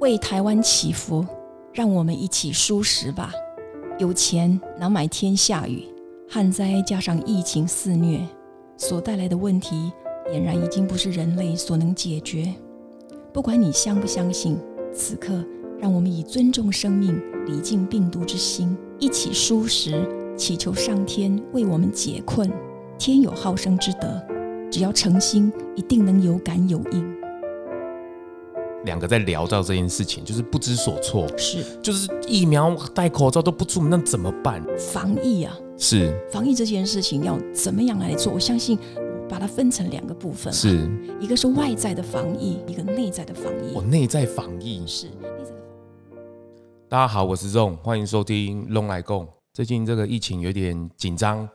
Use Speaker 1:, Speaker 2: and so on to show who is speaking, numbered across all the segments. Speaker 1: 为台湾祈福，让我们一起舒适吧。有钱难买天下雨，旱灾加上疫情肆虐所带来的问题，俨然已经不是人类所能解决。不管你相不相信，此刻让我们以尊重生命、礼敬病毒之心，一起舒适，祈求上天为我们解困。天有好生之德，只要诚心，一定能有感有应。
Speaker 2: 两个在聊到这件事情，就是不知所措，
Speaker 1: 是
Speaker 2: 就是疫苗戴口罩都不出门，那怎么办？
Speaker 1: 防疫啊，
Speaker 2: 是
Speaker 1: 防疫这件事情要怎么样来做？我相信我把它分成两个部分，
Speaker 2: 是，
Speaker 1: 一个是外在的防疫，一个内在的防疫。
Speaker 2: 我内在防疫。
Speaker 1: 是内在的
Speaker 2: 大家好，我是 Ron，欢迎收听 Ron 来共。最近这个疫情有点紧张，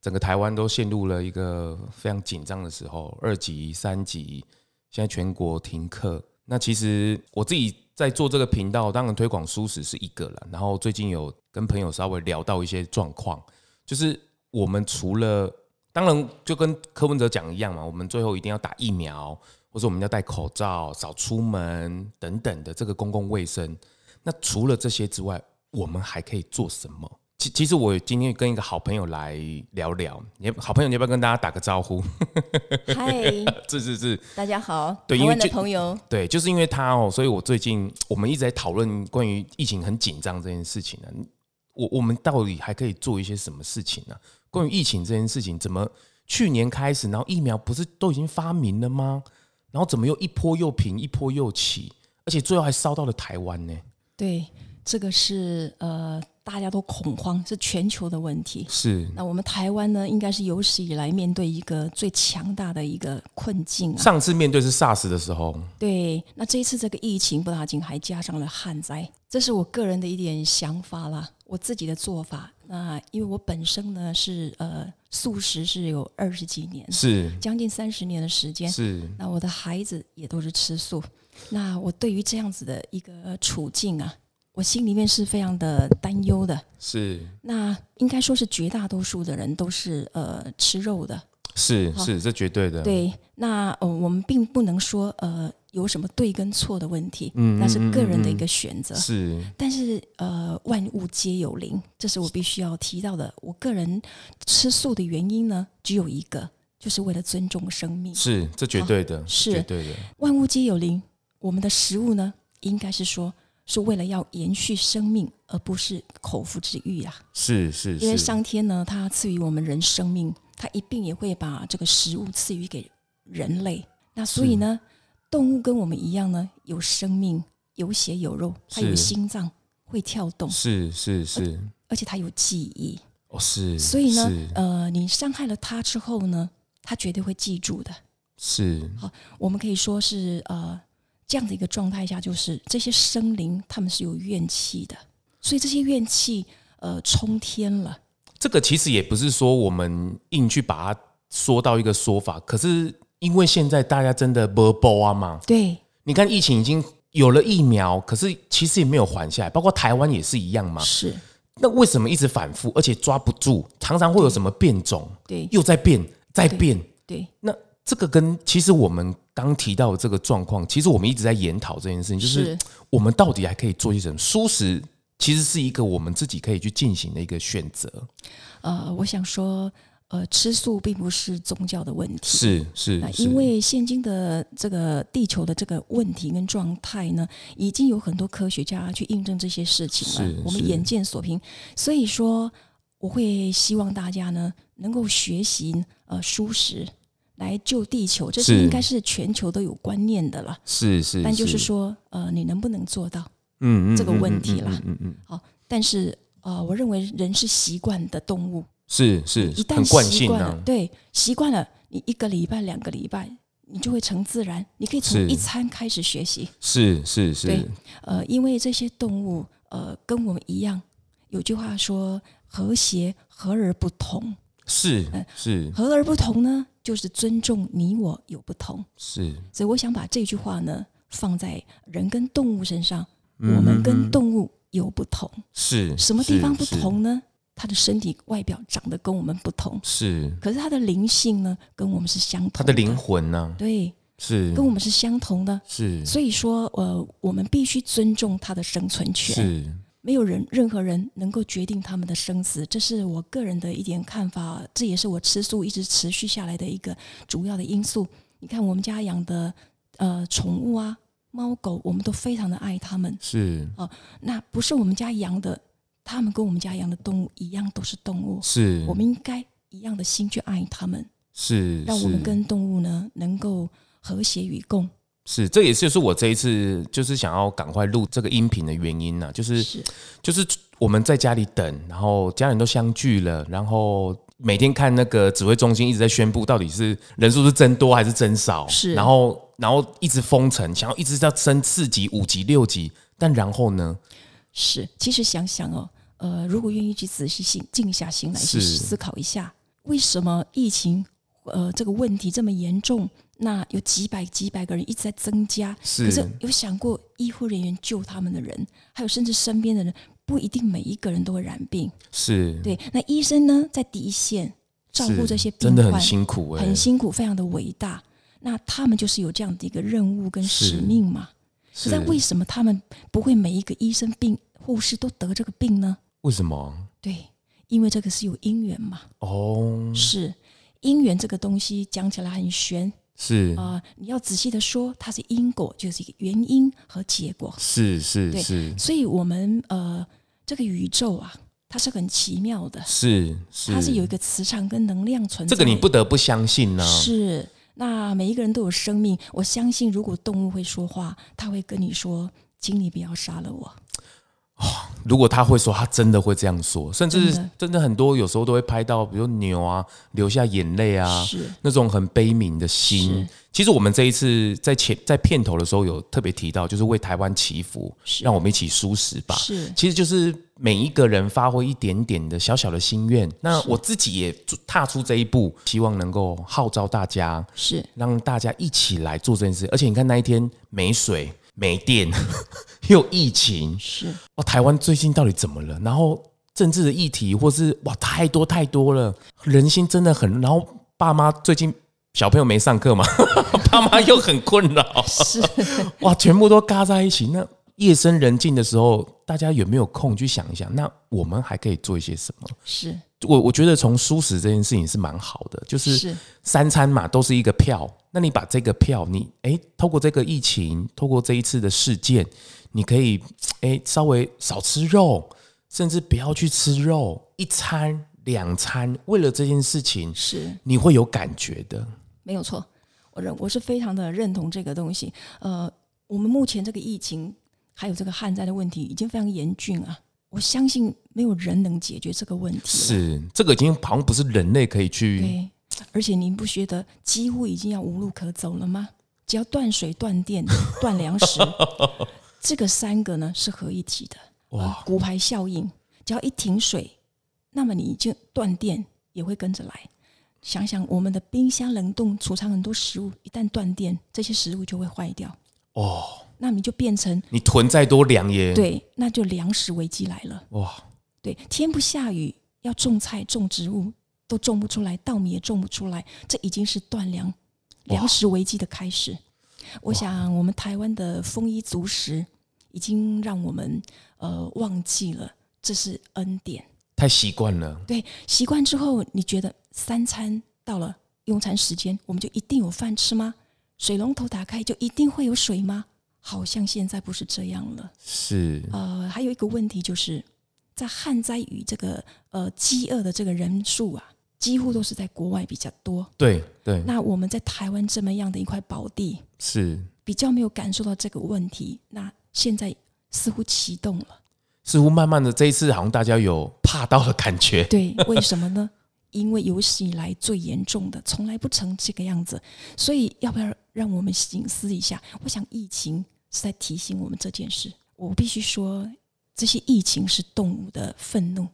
Speaker 2: 整个台湾都陷入了一个非常紧张的时候，二级、三级，现在全国停课。那其实我自己在做这个频道，当然推广舒适是一个了。然后最近有跟朋友稍微聊到一些状况，就是我们除了当然就跟柯文哲讲一样嘛，我们最后一定要打疫苗，或者我们要戴口罩、少出门等等的这个公共卫生。那除了这些之外，我们还可以做什么？其其实我今天跟一个好朋友来聊聊，你要好朋友，你要不要跟大家打个招呼？
Speaker 1: 嗨，
Speaker 2: 是是是，
Speaker 1: 大家好，
Speaker 2: 对
Speaker 1: 台
Speaker 2: 因为
Speaker 1: 湾的
Speaker 2: 就
Speaker 1: 朋友
Speaker 2: 对，就是因为他哦，所以我最近我们一直在讨论关于疫情很紧张这件事情啊。我我们到底还可以做一些什么事情呢、关于疫情这件事情，怎么去年开始，然后疫苗不是都已经发明了吗？然后怎么又一波又平，一波又起，而且最后还烧到了台湾呢？
Speaker 1: 对这个是呃大家都恐慌，是全球的问题。
Speaker 2: 是
Speaker 1: 那我们台湾呢，应该是有史以来面对一个最强大的一个困境啊。
Speaker 2: 上次面对是 SARS 的时候，
Speaker 1: 对，那这一次这个疫情不打紧，还加上了旱灾，这是我个人的一点想法啦，我自己的做法。那因为我本身呢是呃素食是有二十几年，
Speaker 2: 是
Speaker 1: 将近三十年的时间。
Speaker 2: 是
Speaker 1: 那我的孩子也都是吃素，那我对于这样子的一个处境啊，我心里面是非常的担忧的。
Speaker 2: 是
Speaker 1: 那应该说是绝大多数的人都是呃吃肉的，
Speaker 2: 是
Speaker 1: 好
Speaker 2: 是，这绝对的。，
Speaker 1: 哦对。那呃我们并不能说呃有什么对跟错的问题，
Speaker 2: 嗯
Speaker 1: 那是
Speaker 2: 嗯嗯
Speaker 1: 个人的一
Speaker 2: 嗯
Speaker 1: 个选择。
Speaker 2: 是
Speaker 1: 但是呃，万物皆有灵，这是我必须要提到的。我个人吃素的原因呢，只有一个，就是为了尊重生命。
Speaker 2: 是，这绝
Speaker 1: 好
Speaker 2: 对的，
Speaker 1: 是
Speaker 2: 绝对的。
Speaker 1: 万物皆有灵，我们的食物呢，应该是说是为了要延续生命，而不是口腹之欲啊。
Speaker 2: 是是
Speaker 1: 因为
Speaker 2: 是，
Speaker 1: 上天呢，他赐予我们人生命，他一并也会把这个食物赐予给人类。那所以呢，动物跟我们一样呢，有生命，有血有肉，它有
Speaker 2: 是
Speaker 1: 心脏，会跳动，
Speaker 2: 是是是，
Speaker 1: 而且它有记忆。
Speaker 2: 哦是，
Speaker 1: 所以呢
Speaker 2: 是，
Speaker 1: 呃，你伤害了它之后呢，它绝对会记住的。
Speaker 2: 是
Speaker 1: 我们可以说是呃这样的一个状态下，就是这些生灵他们是有怨气的，所以这些怨气呃冲天了。
Speaker 2: 这个其实也不是说我们硬去把它说到一个说法，可是因为现在大家真的不播啊嘛，
Speaker 1: 对，
Speaker 2: 你看疫情已经有了疫苗，可是其实也没有缓下来，包括台湾也是一样嘛。
Speaker 1: 是，
Speaker 2: 那为什么一直反复，而且抓不住？常常会有什么变种，
Speaker 1: 对，
Speaker 2: 又在变，再变。
Speaker 1: 对，
Speaker 2: 那这个跟其实我们刚提到的这个状况，其实我们一直在研讨这件事情，就是
Speaker 1: 是
Speaker 2: 我们到底还可以做些什么？舒适其实是一个我们自己可以去进行的一个选择，
Speaker 1: 呃，我想说，呃，吃素并不是宗教的问题。
Speaker 2: 是是
Speaker 1: 那
Speaker 2: 是
Speaker 1: 因为现今的这个地球的这个问题跟状态呢，已经有很多科学家去印证这些事情
Speaker 2: 是
Speaker 1: 了，我们
Speaker 2: 是
Speaker 1: 眼见所凭。所以说，我会希望大家呢能够学习呃舒适来救地球，这是
Speaker 2: 是
Speaker 1: 应该是全球都有观念的了。
Speaker 2: 是是，
Speaker 1: 但就是说，呃，你能不能做到？
Speaker 2: 嗯，嗯
Speaker 1: 这个问题啦
Speaker 2: 嗯嗯嗯嗯嗯
Speaker 1: 但是呃，我认为人是习惯的动物，
Speaker 2: 是是
Speaker 1: 一，旦
Speaker 2: 很惯
Speaker 1: 习
Speaker 2: 性
Speaker 1: 惯了，
Speaker 2: 啊，
Speaker 1: 对，习惯了，你一个礼拜、两个礼拜，你就会成自然。你可以从
Speaker 2: 是
Speaker 1: 一餐开始学习，
Speaker 2: 是是是
Speaker 1: 对，呃，因为这些动物，呃，跟我们一样，有句话说“和谐和而不同
Speaker 2: 是
Speaker 1: 嗯
Speaker 2: 是”，
Speaker 1: 和而不同呢，就是尊重你我有不同。
Speaker 2: 是，
Speaker 1: 所以我想把这句话呢放在人跟动物身上，我们跟动物有不同，
Speaker 2: 嗯是
Speaker 1: 什么地方不？
Speaker 2: 是
Speaker 1: 同呢？它的身体外表长得跟我们不同，
Speaker 2: 是是
Speaker 1: 可是它的灵性呢，跟我们是相同
Speaker 2: 他的灵魂呢？啊
Speaker 1: 对，
Speaker 2: 是
Speaker 1: 跟我们是相同的。
Speaker 2: 是
Speaker 1: 所以说，呃，我们必须尊重它的生存权。
Speaker 2: 是
Speaker 1: 没有人任何人能够决定他们的生死，这是我个人的一点看法，这也是我吃素一直持续下来的一个主要的因素。你看我们家养的呃宠物啊，猫狗，我们都非常的爱它们。
Speaker 2: 是
Speaker 1: 那不是我们家养的，它们跟我们家养的动物一样都是动物，
Speaker 2: 是，
Speaker 1: 我们应该一样的心去爱它们，
Speaker 2: 是
Speaker 1: 让我们
Speaker 2: 是
Speaker 1: 跟动物呢能够和谐与共。
Speaker 2: 是，这也就是我这一次就是想要赶快录这个音频的原因呐、就是
Speaker 1: 是
Speaker 2: 就是我们在家里等，然后家人都相聚了，然后每天看那个指挥中心一直在宣布到底是人数是增多还是增少，
Speaker 1: 是
Speaker 2: 然后然后一直封城，想要一直要升四级、五级、六级，但然后呢，
Speaker 1: 是，其实想想哦，呃，如果愿意去仔细心静下心来去
Speaker 2: 是
Speaker 1: 思考一下，为什么疫情呃这个问题这么严重？那有几百几百个人一直在增加，可
Speaker 2: 是
Speaker 1: 是有想过医护人员救他们的人，还有甚至身边的人，不一定每一个人都会染病。
Speaker 2: 是，
Speaker 1: 对，那医生呢在第一线照顾
Speaker 2: 是
Speaker 1: 这些病
Speaker 2: 真
Speaker 1: 患，
Speaker 2: 的很辛苦哎、
Speaker 1: 很辛苦，非常的伟大。那他们就是有这样的一个任务跟
Speaker 2: 是
Speaker 1: 使命嘛。可
Speaker 2: 是
Speaker 1: 是为什么他们不会每一个医生病、护士都得这个病呢？
Speaker 2: 为什么？
Speaker 1: 对，因为这个是有因缘嘛。
Speaker 2: 哦，
Speaker 1: 是因缘这个东西讲起来很玄
Speaker 2: 是
Speaker 1: 啊、呃你要仔细的说，它是因果，就是一个原因和结果。
Speaker 2: 是是
Speaker 1: 对
Speaker 2: 是
Speaker 1: 所以，我们呃，这个宇宙啊，它是很奇妙的，
Speaker 2: 是是，
Speaker 1: 它是有一个磁场跟能量存在
Speaker 2: 这
Speaker 1: 的。
Speaker 2: 个你不得不相信啊呢、
Speaker 1: 是。那每一个人都有生命，我相信，如果动物会说话，它会跟你说：“请你不要杀了我。
Speaker 2: 如果他会说，他真的会这样说，甚至
Speaker 1: 真的
Speaker 2: 真的很多有时候都会拍到，比如牛啊流下眼泪啊，
Speaker 1: 是
Speaker 2: 那种很悲悯的心
Speaker 1: 是。
Speaker 2: 其实我们这一次在前在片头的时候有特别提到，就是为台湾祈福，
Speaker 1: 是
Speaker 2: 让我们一起舒适吧。
Speaker 1: 是
Speaker 2: 其实就是每一个人发挥一点点的小小的心愿。那我自己也做踏出这一步，希望能够号召大家，
Speaker 1: 是
Speaker 2: 让大家一起来做这件事。而且你看那一天没水、没电， 又疫情，
Speaker 1: 是
Speaker 2: 哦，台湾最近到底怎么了？然后政治的议题，或是哇，太多太多了，人心真的很。然后爸妈最近小朋友没上课嘛， 爸妈又很困扰，
Speaker 1: 是
Speaker 2: 哇，全部都嘎在一起。那夜深人静的时候，大家有没有空去想一想？那我们还可以做一些什么？
Speaker 1: 是
Speaker 2: 我我觉得从舒适这件事情是蛮好的，就是
Speaker 1: 是
Speaker 2: 三餐嘛都是一个票，那你把这个票，你诶，透过这个疫情，透过这一次的事件，你可以诶稍微少吃肉，甚至不要去吃肉，一餐两餐，为了这件事情，
Speaker 1: 是，
Speaker 2: 你会有感觉的。
Speaker 1: 没有错，我认我是非常的认同这个东西。呃，我们目前这个疫情还有这个旱灾的问题已经非常严峻啊，我相信没有人能解决这个问题了。
Speaker 2: 是，这个已经好像不是人类可以去。
Speaker 1: 对，而且您不觉得几乎已经要无路可走了吗？只要断水、断电、 断粮 食，这个三个呢是合一体的。
Speaker 2: 哇
Speaker 1: 呃，骨牌效应，只要一停水，那么你就断电也会跟着来。想想我们的冰箱、冷冻储藏很多食物，一旦断电，这些食物就会坏掉，
Speaker 2: 哦，
Speaker 1: 那你就变成
Speaker 2: 你囤再多粮也
Speaker 1: 对，那就粮食危机来了。
Speaker 2: 哇，
Speaker 1: 对，天不下雨，要种菜、种植物都种不出来，稻米也种不出来，这已经是断粮、粮食危机的开始。我想，我们台湾的丰衣足食已经让我们呃忘记了这是恩典。
Speaker 2: 太习惯了。
Speaker 1: 对，习惯之后，你觉得三餐到了用餐时间，我们就一定有饭吃吗？水龙头打开就一定会有水吗？好像现在不是这样了。
Speaker 2: 是
Speaker 1: 呃，还有一个问题就是，在旱灾与这个呃饥饿的这个人数啊，几乎都是在国外比较多。
Speaker 2: 对对
Speaker 1: 那我们在台湾这么样的一块宝地，
Speaker 2: 是。
Speaker 1: 比较没有感受到这个问题。那现在似乎启动了，
Speaker 2: 似乎慢慢的这一次好像大家有怕到的感觉。
Speaker 1: 对，为什么呢？ 因为有史以来最严重的，从来不曾这个样子，所以要不要让我们醒思一下？我想疫情是在提醒我们这件事。我必须说，这些疫情是动物的愤怒，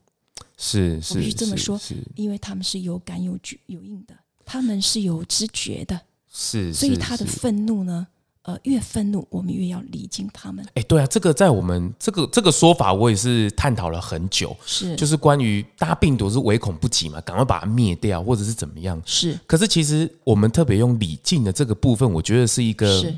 Speaker 2: 是
Speaker 1: 我必
Speaker 2: 是
Speaker 1: 须这么
Speaker 2: 是
Speaker 1: 说
Speaker 2: 是
Speaker 1: 因为他们是有感有觉有应的，他们是有知觉的，
Speaker 2: 是，
Speaker 1: 所以
Speaker 2: 是
Speaker 1: 他的
Speaker 2: 是
Speaker 1: 愤怒呢，呃，越愤怒，我们越要理清他们。
Speaker 2: 哎，对啊，这个在我们这个这个说法，我也是探讨了很久，
Speaker 1: 是，
Speaker 2: 就是关于大家病毒是唯恐不及嘛，赶快把它灭掉，或者是怎么样。
Speaker 1: 是
Speaker 2: 可是其实我们特别用礼敬的这个部分，我觉得是一个，
Speaker 1: 是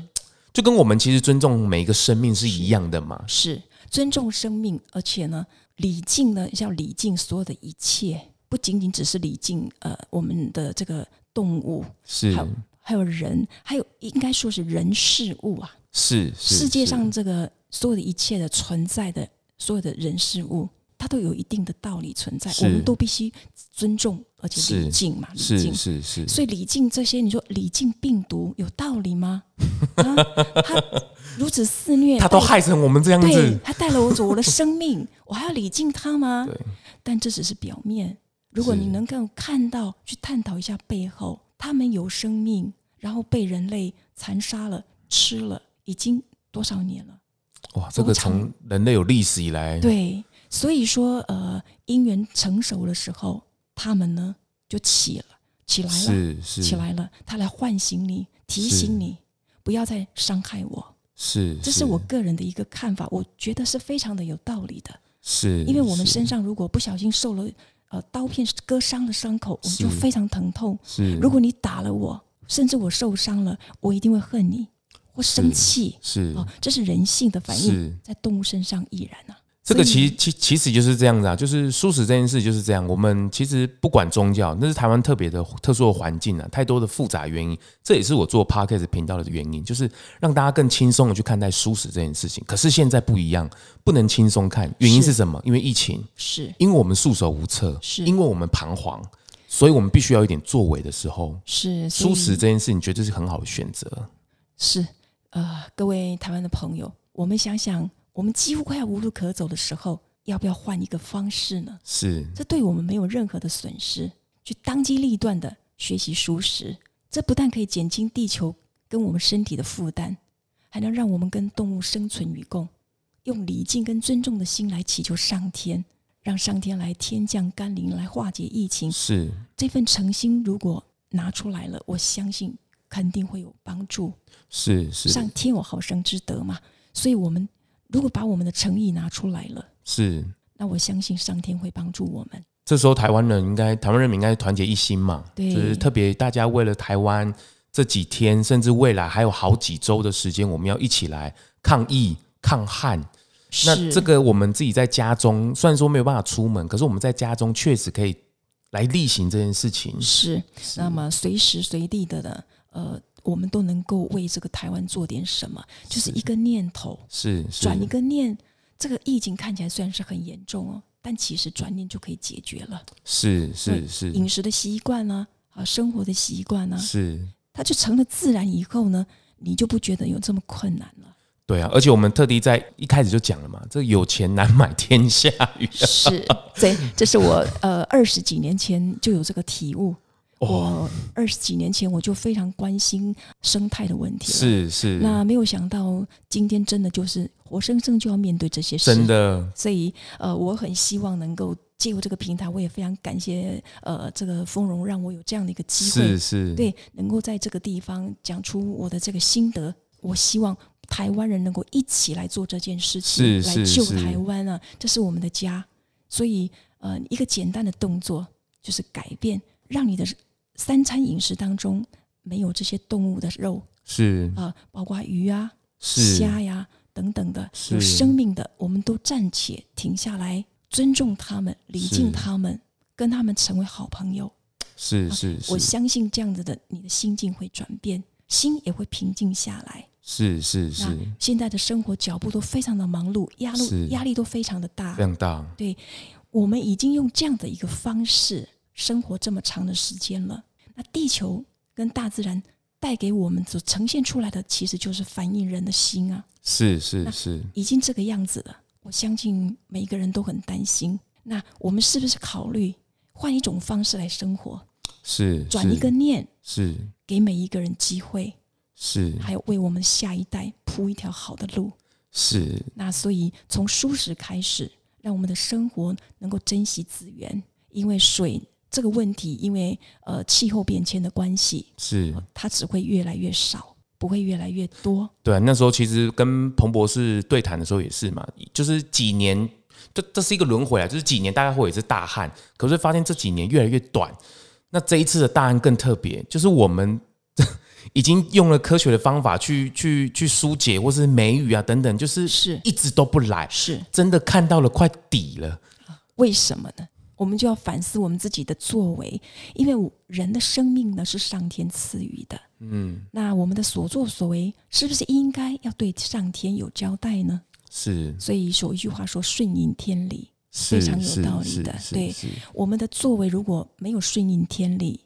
Speaker 2: 就跟我们其实尊重每一个生命是一样的嘛。
Speaker 1: 是，尊重生命，而且呢，礼敬呢要礼敬所有的一切，不仅仅只是礼敬呃我们的这个动物，
Speaker 2: 是
Speaker 1: 好还有人，还有应该说是人事物啊，
Speaker 2: 是是，
Speaker 1: 世界
Speaker 2: 是
Speaker 1: 上这个所有的一切的存在的所有的人事物，它都有一定的道理存在，
Speaker 2: 是
Speaker 1: 我们都必须尊重而且
Speaker 2: 是
Speaker 1: 礼敬嘛，礼
Speaker 2: 是
Speaker 1: 敬。
Speaker 2: 是是，
Speaker 1: 所以礼敬这些，你说礼敬病毒有道理吗？ 啊，他如此肆虐，
Speaker 2: 他都
Speaker 1: 带
Speaker 2: 害成我们这样
Speaker 1: 对
Speaker 2: 子，
Speaker 1: 他带了我走我的生 命，我还要礼敬他吗
Speaker 2: 对？
Speaker 1: 但这只是表面。如果
Speaker 2: 是
Speaker 1: 你能够看到，去探讨一下背后，他们有生命，然后被人类残杀了、吃了，已经多少年了？
Speaker 2: 哇，这个从人类有历史以来，
Speaker 1: 对，所以说，呃，因缘成熟的时候，他们呢就起了，起来了，
Speaker 2: 是是
Speaker 1: 起来了，他来唤醒你，提
Speaker 2: 是
Speaker 1: 醒你，不要再伤害我。
Speaker 2: 是，
Speaker 1: 这是我个人的一个看法，我觉得是非常的有道理的。
Speaker 2: 是，
Speaker 1: 因为我们身
Speaker 2: 是
Speaker 1: 上如果不小心受了呃刀片割伤的伤口，我们
Speaker 2: 是
Speaker 1: 就非常疼痛。
Speaker 2: 是，
Speaker 1: 如果你打了我，甚至我受伤了，我一定会恨你或生气。
Speaker 2: 是
Speaker 1: 哦，这是人性的反应，
Speaker 2: 是
Speaker 1: 在动物身上亦然啊。
Speaker 2: 这个
Speaker 1: 所以
Speaker 2: 其其其实就是这样子啊，就是素食这件事就是这样。我们其实不管宗教，那是台湾特别的特殊的环境啊，太多的复杂原因，这也是我做 podcast 频道的原因，就是让大家更轻松的去看待素食这件事情。可是现在不一样，不能轻松看，原因
Speaker 1: 是
Speaker 2: 是什么？因为疫情，
Speaker 1: 是
Speaker 2: 因为我们束手无策，
Speaker 1: 是
Speaker 2: 因为我们彷徨，所以我们必须要有一点作为的时候，
Speaker 1: 是
Speaker 2: 素食
Speaker 1: 食
Speaker 2: 这件事，你觉得是很好的选择？
Speaker 1: 是呃，各位台湾的朋友，我们想想，我们几乎快要无路可走的时候，要不要换一个方式呢？
Speaker 2: 是
Speaker 1: 这对我们没有任何的损失。去当机立断的学习舒适，这不但可以减轻地球跟我们身体的负担，还能让我们跟动物生存与共。用礼敬跟尊重的心来祈求上天，让上天来天降甘霖来化解疫情。
Speaker 2: 是
Speaker 1: 这份诚心如果拿出来了，我相信肯定会有帮助。
Speaker 2: 是是
Speaker 1: 上天有好生之德嘛，所以我们如果把我们的诚意拿出来了，
Speaker 2: 是，
Speaker 1: 那我相信上天会帮助我们。
Speaker 2: 这时候台湾人应该，台湾人民应该团结一心嘛，
Speaker 1: 对
Speaker 2: 就是特别大家为了台湾这几天，甚至未来还有好几周的时间，我们要一起来抗疫、抗旱。那
Speaker 1: 是
Speaker 2: 这个我们自己在家中，虽然说没有办法出门，可是我们在家中确实可以来例行这件事情。
Speaker 1: 是，那么随时随地的呢，呃，我们都能够为这个台湾做点什么，就是一个念头，
Speaker 2: 是是
Speaker 1: 转一个念。这个疫情看起来虽然是很严重哦，但其实转念就可以解决了。
Speaker 2: 是是
Speaker 1: 对
Speaker 2: 是
Speaker 1: 饮食的习惯呢、啊，生活的习惯呢、
Speaker 2: 是，
Speaker 1: 它就成了自然以后呢，你就不觉得有这么困难了。
Speaker 2: 对啊，而且我们特地在一开始就讲了嘛，这有钱难买 天下
Speaker 1: 啊
Speaker 2: 雨。
Speaker 1: 是，这这是我呃二十几年前就有这个体悟。我二十几年前我就非常关心生态的问题了。
Speaker 2: 是是，
Speaker 1: 那没有想到，今天真的就是活生生就要面对这些事。
Speaker 2: 真，的
Speaker 1: 所以呃，我很希望能够借由这个平台，我也非常感谢呃这个丰荣让我有这样的一个机
Speaker 2: 是
Speaker 1: 会，
Speaker 2: 是，
Speaker 1: 对，能够在这个地方讲出我的这个心得。我希望台湾人能够一起来做这件事情，
Speaker 2: 是
Speaker 1: 来
Speaker 2: 是
Speaker 1: 救
Speaker 2: 是
Speaker 1: 台湾啊，这是我们的家。所以呃，一个简单的动作就是改变，让你的三餐饮食当中没有这些动物的肉
Speaker 2: 是
Speaker 1: 啊、包括鱼啊、
Speaker 2: 是
Speaker 1: 虾呀等等的
Speaker 2: 是
Speaker 1: 有生命的，我们都暂且停下来，尊重他们，礼敬他们，跟他们成为好朋友。
Speaker 2: 是
Speaker 1: 啊
Speaker 2: 是
Speaker 1: 我
Speaker 2: 是
Speaker 1: 相信这样子的，你的心境会转变，心也会平静下来。
Speaker 2: 是是
Speaker 1: 那
Speaker 2: 是，
Speaker 1: 现在的生活脚步都非常的忙碌，压
Speaker 2: 是
Speaker 1: 力压力都非常的大
Speaker 2: 非。常大，
Speaker 1: 我们已经用这样的一个方式生活这么长的时间了，那地球跟大自然带给我们所呈现出来的，其实就是反映人的心啊。
Speaker 2: 是是
Speaker 1: 那
Speaker 2: 是
Speaker 1: 已经这个样子了，我相信每一个人都很担心。那我们是不是考虑换一种方式来生活，
Speaker 2: 是
Speaker 1: 转一
Speaker 2: 是
Speaker 1: 个念，
Speaker 2: 是
Speaker 1: 给每一个人机会，
Speaker 2: 是
Speaker 1: 还有为我们下一代铺一条好的路？
Speaker 2: 是
Speaker 1: 那所以从舒适开始，让我们的生活能够珍惜资源，因为水这个问题，因为呃气候变迁的关系，
Speaker 2: 是
Speaker 1: 它只会越来越少。不会越来越多。
Speaker 2: 对啊，那时候其实跟彭博士对谈的时候也是嘛，就是几年，这这是一个轮回啊，就是几年大概会有一次大旱，可是发现这几年越来越短。那这一次的大旱更特别，就是我们 已经用了科学的方法去去去疏解，或是梅雨啊等等，就是
Speaker 1: 是
Speaker 2: 一直都不来，
Speaker 1: 是
Speaker 2: 真的看到了快底了。
Speaker 1: 为什么呢？我们就要反思我们自己的作为，因为我人的生命呢是上天赐予的。嗯，那我们的所作所为是不是应该要对上天有交代呢？
Speaker 2: 是
Speaker 1: 所以有一句话说“顺应天理”，
Speaker 2: 是
Speaker 1: 非常有
Speaker 2: 是
Speaker 1: 道理
Speaker 2: 是
Speaker 1: 的
Speaker 2: 是
Speaker 1: 对
Speaker 2: 是
Speaker 1: 我们的作为如果没有顺应天理，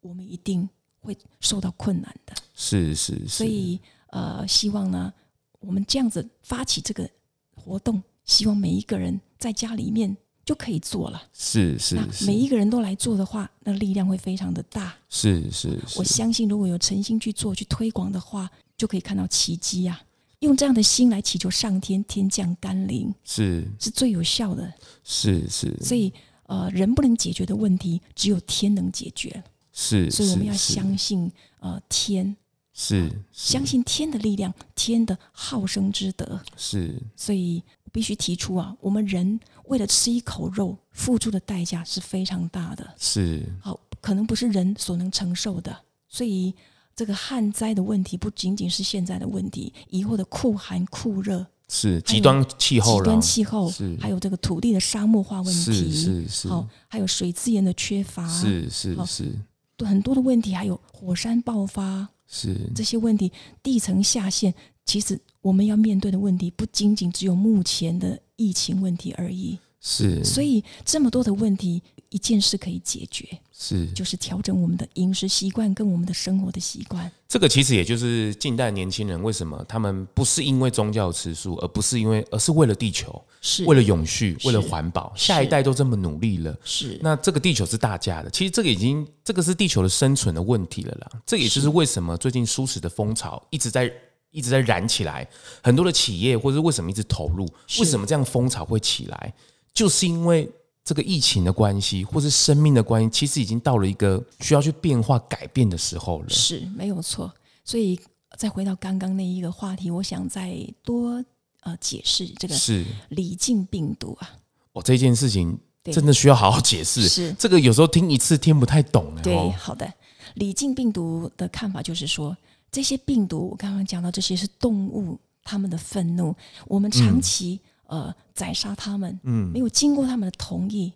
Speaker 1: 我们一定会受到困难的。
Speaker 2: 是是，
Speaker 1: 所以呃，希望呢，我们这样子发起这个活动，希望每一个人在家里面就可以做了。
Speaker 2: 是是
Speaker 1: 那
Speaker 2: 是
Speaker 1: 啊每一个人都来做的话，那力量会非常的大。
Speaker 2: 是是
Speaker 1: 我
Speaker 2: 是，
Speaker 1: 相信，如果有诚心去做、去推广的话，就可以看到奇迹啊！用这样的心来祈求上天天降甘霖，
Speaker 2: 是
Speaker 1: 是最有效的。
Speaker 2: 是是
Speaker 1: 所以，呃，人不能解决的问题，只有天能解决。
Speaker 2: 是，
Speaker 1: 所以我们
Speaker 2: 是
Speaker 1: 要
Speaker 2: 是
Speaker 1: 相信呃天，
Speaker 2: 是是
Speaker 1: 相信天的力量，天的好生之德。
Speaker 2: 是
Speaker 1: 所以我必须提出啊，我们人为了吃一口肉，付出的代价是非常大的，
Speaker 2: 是
Speaker 1: 好、可能不是人所能承受的。所以这个旱灾的问题不仅仅是现在的问题，以后的酷寒酷热、
Speaker 2: 是
Speaker 1: 还
Speaker 2: 极
Speaker 1: 有
Speaker 2: 端气候
Speaker 1: 极端
Speaker 2: 了，
Speaker 1: 气候
Speaker 2: 是，
Speaker 1: 还有这个土地的沙漠化问
Speaker 2: 是
Speaker 1: 题，
Speaker 2: 是是
Speaker 1: 好、还有水资源的缺乏，
Speaker 2: 是是
Speaker 1: 好
Speaker 2: 是
Speaker 1: 很多的问题，还有火山爆发，
Speaker 2: 是
Speaker 1: 这些问题，地层下陷，其实我们要面对的问题不仅仅只有目前的疫情问题而已。
Speaker 2: 是
Speaker 1: 所以这么多的问题，一件事可以解决，
Speaker 2: 是
Speaker 1: 就是调整我们的饮食习惯跟我们的生活的习惯。
Speaker 2: 这个其实也就是近代年轻人为什么他们不是因为宗教吃素，而不是因为，而是为了地球，
Speaker 1: 是
Speaker 2: 为了永续，
Speaker 1: 是
Speaker 2: 为了环保，
Speaker 1: 是
Speaker 2: 下一代都这么努力了。
Speaker 1: 是
Speaker 2: 那这个地球是大家的，其实这个已经这个是地球的生存的问题了啦。这也就是为什么最近舒适的风潮一直在一直在燃起来，很多的企业或者是为什么一直投入，
Speaker 1: 是
Speaker 2: 为什么这样风潮会起来，就是因为这个疫情的关系，或是生命的关系，其实已经到了一个需要去变化改变的时候了。
Speaker 1: 是没有错。所以再回到刚刚那一个话题，我想再多呃解释这个
Speaker 2: 是
Speaker 1: 李靖病毒啊，
Speaker 2: 哦，这件事情
Speaker 1: 对
Speaker 2: 真的需要好好解释。
Speaker 1: 是
Speaker 2: 这个有时候听一次听不太懂了
Speaker 1: 对，
Speaker 2: 哦。
Speaker 1: 好的。李靖病毒的看法就是说，这些病毒，我刚刚讲到，这些是动物它们的愤怒，我们长期、呃宰杀它们，
Speaker 2: 嗯
Speaker 1: 没有经过它们的同意，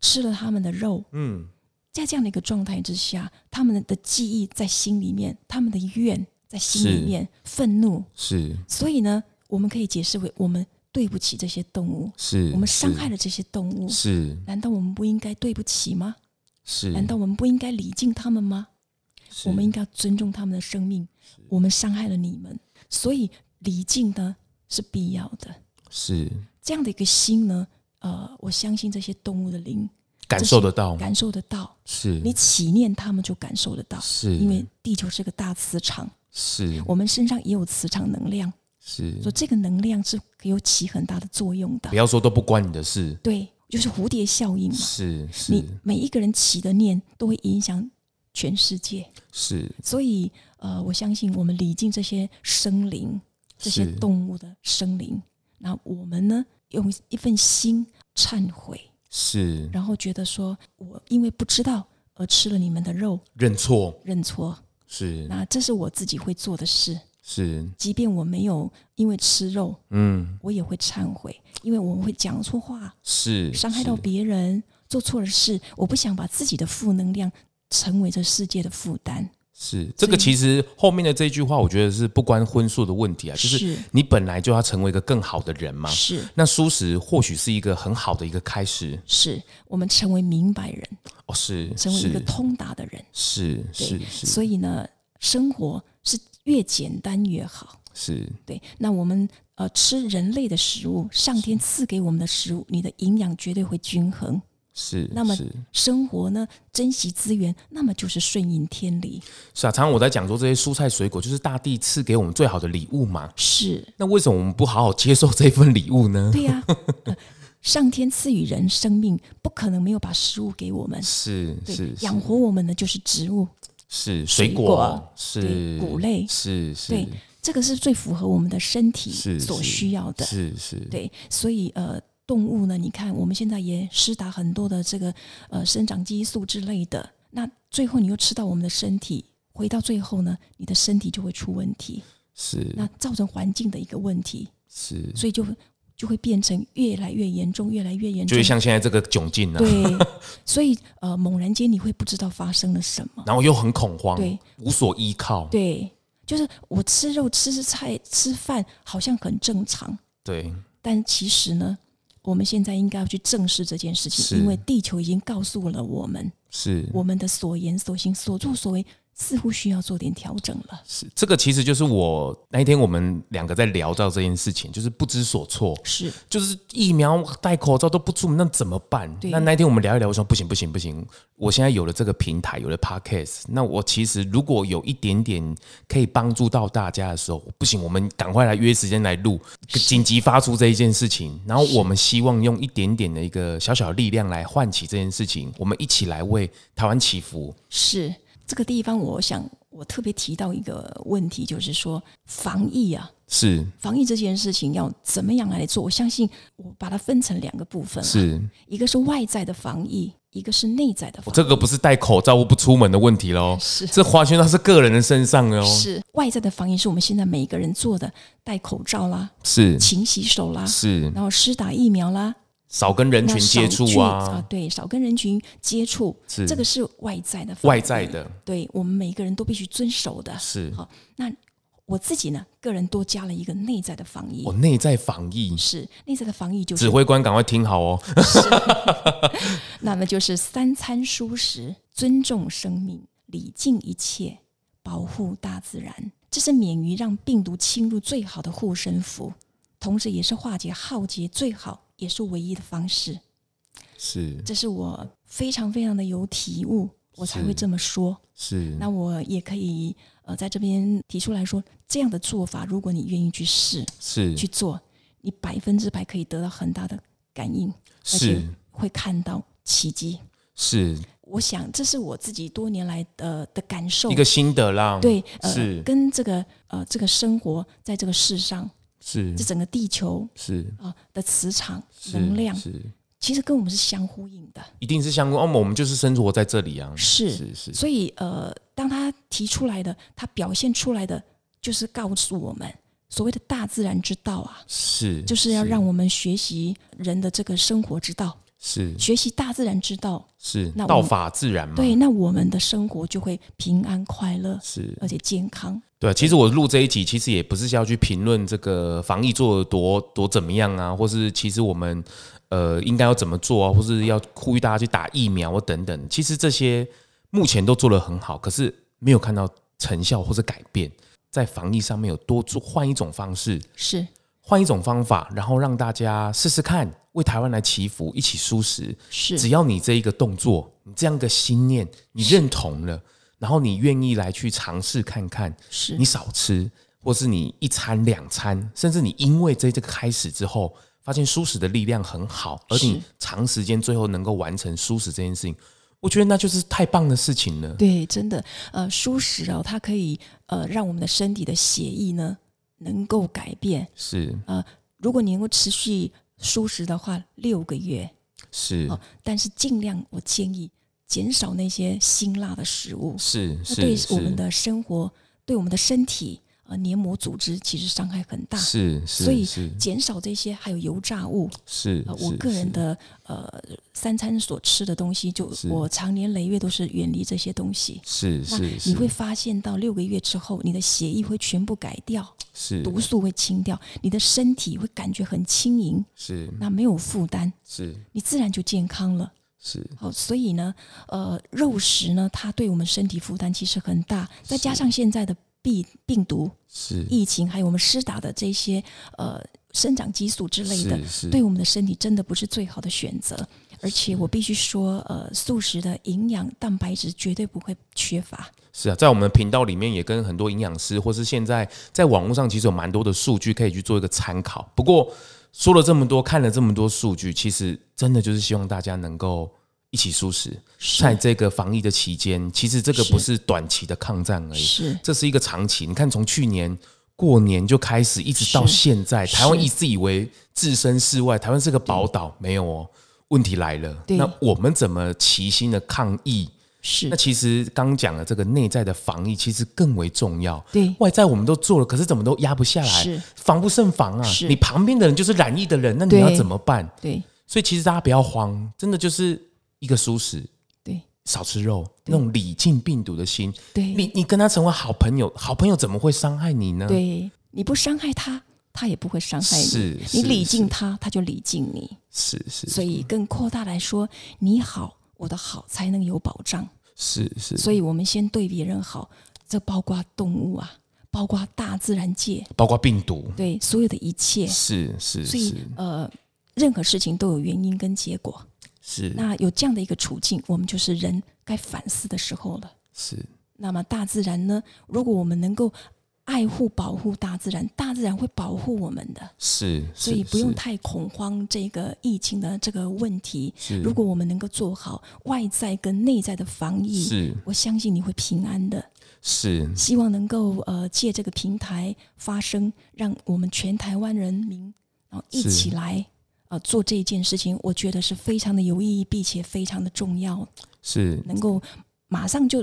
Speaker 1: 吃了它们的肉，
Speaker 2: 嗯，
Speaker 1: 在这样的一个状态之下，它们的记忆在心里面，它们的怨在心里
Speaker 2: 是
Speaker 1: 面，愤怒，
Speaker 2: 是
Speaker 1: 所以呢，我们可以解释为我们对不起这些动物，
Speaker 2: 是，
Speaker 1: 我们伤害了这些动物，
Speaker 2: 是
Speaker 1: 难道我们不应该对不起吗？
Speaker 2: 是，
Speaker 1: 难道我们不应该礼敬他们吗？
Speaker 2: 是
Speaker 1: 我们应该要尊重他们的生命，我们伤害了你们，所以礼敬呢是必要的。
Speaker 2: 是
Speaker 1: 这样的一个心呢，呃，我相信这些动物的灵
Speaker 2: 感受得到，
Speaker 1: 感受得到，
Speaker 2: 是
Speaker 1: 你起念他们就感受得到，
Speaker 2: 是
Speaker 1: 因为地球是个大磁场，
Speaker 2: 是
Speaker 1: 我们身上也有磁场能量，
Speaker 2: 是，
Speaker 1: 所以这个能量是有起很大的作用的
Speaker 2: 不。要说都不关你的事，
Speaker 1: 对，就是蝴蝶效应嘛，
Speaker 2: 是是
Speaker 1: 你每一个人起的念都会影响全世界。
Speaker 2: 是
Speaker 1: 所以呃，我相信我们礼敬这些生灵、这些
Speaker 2: 是
Speaker 1: 动物的生灵，那我们呢，用一份心忏悔，
Speaker 2: 是
Speaker 1: 然后觉得说我因为不知道而吃了你们的肉，
Speaker 2: 认错，
Speaker 1: 认错，
Speaker 2: 是
Speaker 1: 那这是我自己会做的事。
Speaker 2: 是
Speaker 1: 即便我没有因为吃肉，
Speaker 2: 嗯
Speaker 1: 我也会忏悔，因为我会讲错话，
Speaker 2: 是
Speaker 1: 伤害到
Speaker 2: 是
Speaker 1: 别人，做错了事，我不想把自己的负能量成为这世界的负担。
Speaker 2: 是这个，其实后面的这句话，我觉得是不关荤素的问题啊，就是
Speaker 1: 是
Speaker 2: 你本来就要成为一个更好的人嘛。
Speaker 1: 是
Speaker 2: 那素食或许是一个很好的一个开始
Speaker 1: 是，我们成为明白人，
Speaker 2: 哦，是
Speaker 1: 成为一个
Speaker 2: 是
Speaker 1: 通达的人。
Speaker 2: 是
Speaker 1: 对
Speaker 2: 是是
Speaker 1: 所以呢，生活是越简单越好。
Speaker 2: 是
Speaker 1: 对，那我们呃吃人类的食物，上天赐给我们的食物，你的营养绝对会均衡。
Speaker 2: 是，
Speaker 1: 那么
Speaker 2: 是
Speaker 1: 生活呢，珍惜资源，那么就是顺应天理。
Speaker 2: 是啊，常常我在讲说这些蔬菜水果就是大地赐给我们最好的礼物嘛。
Speaker 1: 是，
Speaker 2: 那为什么我们不好好接受这份礼物呢？
Speaker 1: 对 呀、呃上天赐予人生命，不可能没有把食物给我们。
Speaker 2: 是
Speaker 1: 对
Speaker 2: 是是
Speaker 1: 养活我们的就是植物，
Speaker 2: 是
Speaker 1: 水
Speaker 2: 水果
Speaker 1: 果，
Speaker 2: 是
Speaker 1: 对谷类
Speaker 2: 是是
Speaker 1: 对这个是最符合我们的身体
Speaker 2: 是
Speaker 1: 所
Speaker 2: 是
Speaker 1: 需要的。
Speaker 2: 是是，
Speaker 1: 对，所以呃，动物呢，你看我们现在也施打很多的这个呃生长激素之类的，那最后你又吃到我们的身体，回到最后呢，你的身体就会出问题，
Speaker 2: 是
Speaker 1: 那造成环境的一个问题，
Speaker 2: 是，
Speaker 1: 所以就就会变成越来越严重，越来越严
Speaker 2: 就
Speaker 1: 重
Speaker 2: 会。像现在这个窘境啊，
Speaker 1: 对，所以呃，猛然间你会不知道发生了什么。
Speaker 2: 然后又很恐慌，
Speaker 1: 对，
Speaker 2: 无所依靠，
Speaker 1: 对，就是我吃肉、吃菜、吃饭好像很正常，
Speaker 2: 对
Speaker 1: 但其实呢，我们现在应该要去正视这件事
Speaker 2: 是
Speaker 1: 情，因为地球已经告诉了我们，
Speaker 2: 是
Speaker 1: 我们的所言所行所作所为似乎需要做点调整了。
Speaker 2: 是，这个其实就是我那一天我们两个在聊到这件事情，就是不知所措，
Speaker 1: 是
Speaker 2: 就是疫苗戴口罩都不出门，那怎么办？
Speaker 1: 对
Speaker 2: 那那天我们聊一聊，我说不行不行不行，我现在有了这个平台，有了 podcast，那我其实如果有一点点可以帮助到大家的时候，不行，我们赶快来约时间来录，紧急发出这一件事情，然后我们希望用一点点的一个小小的力量来唤起这件事情，我们一起来为台湾祈福。
Speaker 1: 是，这个地方我想我特别提到一个问题，就是说防疫啊。
Speaker 2: 是
Speaker 1: 防疫这件事情要怎么样来做？我相信我把它分成两个部分啊，
Speaker 2: 是，
Speaker 1: 一个是外在的防疫，一个是内在的
Speaker 2: 我
Speaker 1: 防疫。
Speaker 2: 哦这个不是戴口罩或不出门的问题喽，
Speaker 1: 是
Speaker 2: 这花圈到是个人的身上了哦，
Speaker 1: 是外在的防疫是我们现在每一个人做的，戴口罩啦，
Speaker 2: 是
Speaker 1: 勤洗手啦，
Speaker 2: 是，
Speaker 1: 然后施打疫苗啦，
Speaker 2: 少跟人群
Speaker 1: 那少
Speaker 2: 接触
Speaker 1: 去呃
Speaker 2: 啊，
Speaker 1: 对，少跟人群接触，
Speaker 2: 是
Speaker 1: 这个是外在的，
Speaker 2: 外在，的
Speaker 1: 对我们每一个人都必须遵守的。
Speaker 2: 是
Speaker 1: 好那我自己呢，个人多加了一个内在的防疫
Speaker 2: 我，哦内在防疫，
Speaker 1: 是内在的防疫就是
Speaker 2: 指挥官赶快听好哦，
Speaker 1: 那么就是三餐蔬食，尊重生命，礼敬一切，保护大自然，这是免于让病毒侵入最好的护身符，同时也是化解浩劫最好也是唯一的方式。
Speaker 2: 是
Speaker 1: 这是我非常非常的有体悟，我才
Speaker 2: 是
Speaker 1: 会这么说。
Speaker 2: 是
Speaker 1: 那我也可以呃在这边提出来说，这样的做法，如果你愿意去试
Speaker 2: 是
Speaker 1: 去做，你百分之百可以得到很大的感应，而且
Speaker 2: 是
Speaker 1: 会看到奇迹。
Speaker 2: 是
Speaker 1: 我想这是我自己多年来呃的感受
Speaker 2: 一，个心得啦，
Speaker 1: 对，呃
Speaker 2: 是，
Speaker 1: 跟这个呃这个生活在这个世上，
Speaker 2: 是
Speaker 1: 这整个地球
Speaker 2: 是
Speaker 1: 啊、呃的磁场
Speaker 2: 嗯是
Speaker 1: 能量，
Speaker 2: 是
Speaker 1: 其实跟我们是相呼应的，
Speaker 2: 一定是相关，哦，我们就是生活在这里啊，
Speaker 1: 是。
Speaker 2: 是是
Speaker 1: 所以呃，当他提出来的，他表现出来的，就是告诉我们所谓的大自然之道啊，
Speaker 2: 是，
Speaker 1: 就是要让我们学习人的这个生活之道，
Speaker 2: 是
Speaker 1: 学习大自然之道。
Speaker 2: 是
Speaker 1: 那我
Speaker 2: 道
Speaker 1: 们
Speaker 2: 法自然嘛，
Speaker 1: 对，那我们的生活就会平安快乐，
Speaker 2: 是
Speaker 1: 而且健康。
Speaker 2: 对，啊其实我录这一集，其实也不是要去评论这个防疫做的多多怎么样啊，或是其实我们呃应该要怎么做啊，或是要呼吁大家去打疫苗或等等。其实这些目前都做得很好，可是没有看到成效或者改变，在防疫上面有多做换一种方式，
Speaker 1: 是
Speaker 2: 换一种方法，然后让大家试试看，为台湾来祈福，一起舒适。
Speaker 1: 是
Speaker 2: 只要你这一个动作，你这样一个心念，你认同了，然后你愿意来去尝试看看，
Speaker 1: 是
Speaker 2: 你少吃，或是你一餐两餐，甚至你因为这这个开始之后，发现舒适的力量很好，而
Speaker 1: 是
Speaker 2: 你长时间最后能够完成舒适这件事情，我觉得那就是太棒的事情了。
Speaker 1: 对，真的，呃，舒适哦，它可以呃让我们的身体的血液呢能够改变。
Speaker 2: 是
Speaker 1: 啊如果你能够持续舒适的话，六个月
Speaker 2: 是
Speaker 1: 哦，但是尽量我建议减少那些辛辣的食物，
Speaker 2: 是
Speaker 1: 那对
Speaker 2: 是是
Speaker 1: 我们的生活、对我们的身体呃黏膜组织其实伤害很大。
Speaker 2: 是
Speaker 1: 所以
Speaker 2: 是是
Speaker 1: 减少这些，还有油炸物。
Speaker 2: 是
Speaker 1: 呃，我
Speaker 2: 是
Speaker 1: 个人
Speaker 2: 是
Speaker 1: 的呃三餐所吃的东西，就是我常年累月都是远离这些东西。
Speaker 2: 是
Speaker 1: 那
Speaker 2: 是
Speaker 1: 你
Speaker 2: 是
Speaker 1: 会发现到六个月之后，你的血液会全部改掉，
Speaker 2: 是
Speaker 1: 毒素会清掉，你的身体会感觉很轻盈，
Speaker 2: 是
Speaker 1: 那没有负担，
Speaker 2: 是
Speaker 1: 你自然就健康了。
Speaker 2: 是
Speaker 1: 好，哦所以呢，呃，肉食呢，它对我们身体负担其实很大，再加上现在的病病毒
Speaker 2: 是
Speaker 1: 疫情，还有我们施打的这些呃生长激素之类的，
Speaker 2: 是是
Speaker 1: 对我们的身体真的不是最好的选择。而且我必须说，呃，素食的营养蛋白质绝对不会缺乏。
Speaker 2: 是啊，在我们频道里面也跟很多营养师，或是现在在网络上其实有蛮多的数据可以去做一个参考。不过说了这么多，看了这么多数据，其实真的就是希望大家能够一起舒适。在
Speaker 1: 是
Speaker 2: 这个防疫的期间，其实这个不
Speaker 1: 是
Speaker 2: 是短期的抗战而已，
Speaker 1: 是
Speaker 2: 这是一个长期。你看，从去年过年就开始，一直到
Speaker 1: 是
Speaker 2: 现在，
Speaker 1: 是
Speaker 2: 台湾一直以为置身事外，台湾是个宝岛，没有哦。问题来了，
Speaker 1: 对
Speaker 2: 那我们怎么齐心的抗疫？
Speaker 1: 是，
Speaker 2: 那其实刚讲的这个内在的防疫，其实更为重要。
Speaker 1: 对
Speaker 2: 外在我们都做了，可是怎么都压不下来
Speaker 1: 是，
Speaker 2: 防不胜防啊！
Speaker 1: 是
Speaker 2: 你旁边的人就是染疫的人，那你
Speaker 1: 对
Speaker 2: 要怎么办？
Speaker 1: 对
Speaker 2: 所以其实大家不要慌，真的就是一个舒适，
Speaker 1: 对
Speaker 2: 少吃肉，那种理尽病毒的心。
Speaker 1: 对
Speaker 2: 你你跟他成为好朋友，好朋友怎么会伤害你呢？，
Speaker 1: 对，你不伤害他，他也不会伤害你。
Speaker 2: 是
Speaker 1: 你礼
Speaker 2: 是
Speaker 1: 敬他，他就礼敬你。
Speaker 2: 是是
Speaker 1: 所以更扩大来说，你好，我的好才能有保障。
Speaker 2: 是是，
Speaker 1: 所以我们先对别人好，这包括动物啊，包括大自然界，
Speaker 2: 包括病毒，
Speaker 1: 对所有的一切。
Speaker 2: 是是
Speaker 1: 所
Speaker 2: 是
Speaker 1: 以呃，任何事情都有原因跟结果。
Speaker 2: 是
Speaker 1: 那有这样的一个处境，我们就是人该反思的时候了。
Speaker 2: 是
Speaker 1: 那么大自然呢？如果我们能够爱护、保护大自然，大自然会保护我们的。
Speaker 2: 是，
Speaker 1: 所以不用
Speaker 2: 是
Speaker 1: 太恐慌这个疫情的这个问题。
Speaker 2: 是
Speaker 1: 如果我们能够做好外在跟内在的防疫，
Speaker 2: 是
Speaker 1: 我相信你会平安的。
Speaker 2: 是
Speaker 1: 希望能够呃借这个平台发声，让我们全台湾人民然后一
Speaker 2: 是
Speaker 1: 起来呃做这件事情，我觉得是非常的有意义，并且非常的重要，
Speaker 2: 是
Speaker 1: 能够马上就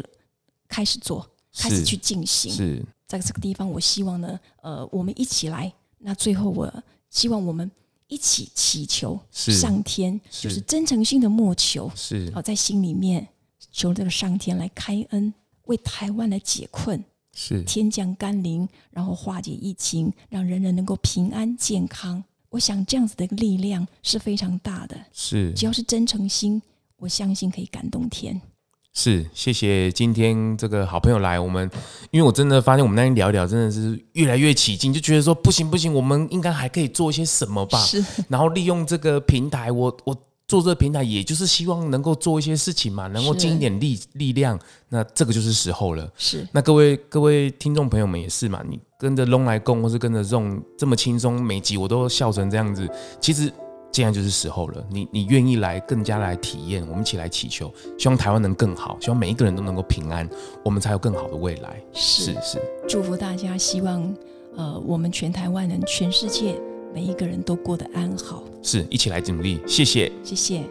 Speaker 1: 开始做，开始
Speaker 2: 是
Speaker 1: 去进行。
Speaker 2: 是
Speaker 1: 在这个地方，我希望呢，呃，我们一起来。那最后，我希望我们一起祈求
Speaker 2: 是
Speaker 1: 上天，就是
Speaker 2: 是
Speaker 1: 真诚性的默求，呃
Speaker 2: 是
Speaker 1: 好在心里面求这个上天来开恩，为台湾来解困。
Speaker 2: 是
Speaker 1: 天降甘霖，然后化解疫情，让人人能够平安健康。我想这样子的力量是非常大的，
Speaker 2: 是
Speaker 1: 只要是真诚心，我相信可以感动天。
Speaker 2: 是，谢谢今天这个好朋友来，我们因为我真的发现我们那天聊一聊，真的是越来越起劲，就觉得说不行不行，我们应该还可以做一些什么吧。
Speaker 1: 是
Speaker 2: 然后利用这个平台，我我做这个平台，也就是希望能够做一些事情嘛，能够
Speaker 1: 是
Speaker 2: 尽一点力力量。那这个就是时候了。
Speaker 1: 是
Speaker 2: 那各位各位听众朋友们也是嘛，你跟着龙来共，或是跟着 Zong 这么轻松，每集我都笑成这样子，其实现在就是时候了。你你愿意来，更加来体验，我们一起来祈求，希望台湾能更好，希望每一个人都能够平安，我们才有更好的未来。是
Speaker 1: 是，
Speaker 2: 是
Speaker 1: 祝福大家，希望呃我们全台湾人、全世界每一个人都过得安好。
Speaker 2: 是，一起来努力，谢谢。
Speaker 1: 谢谢。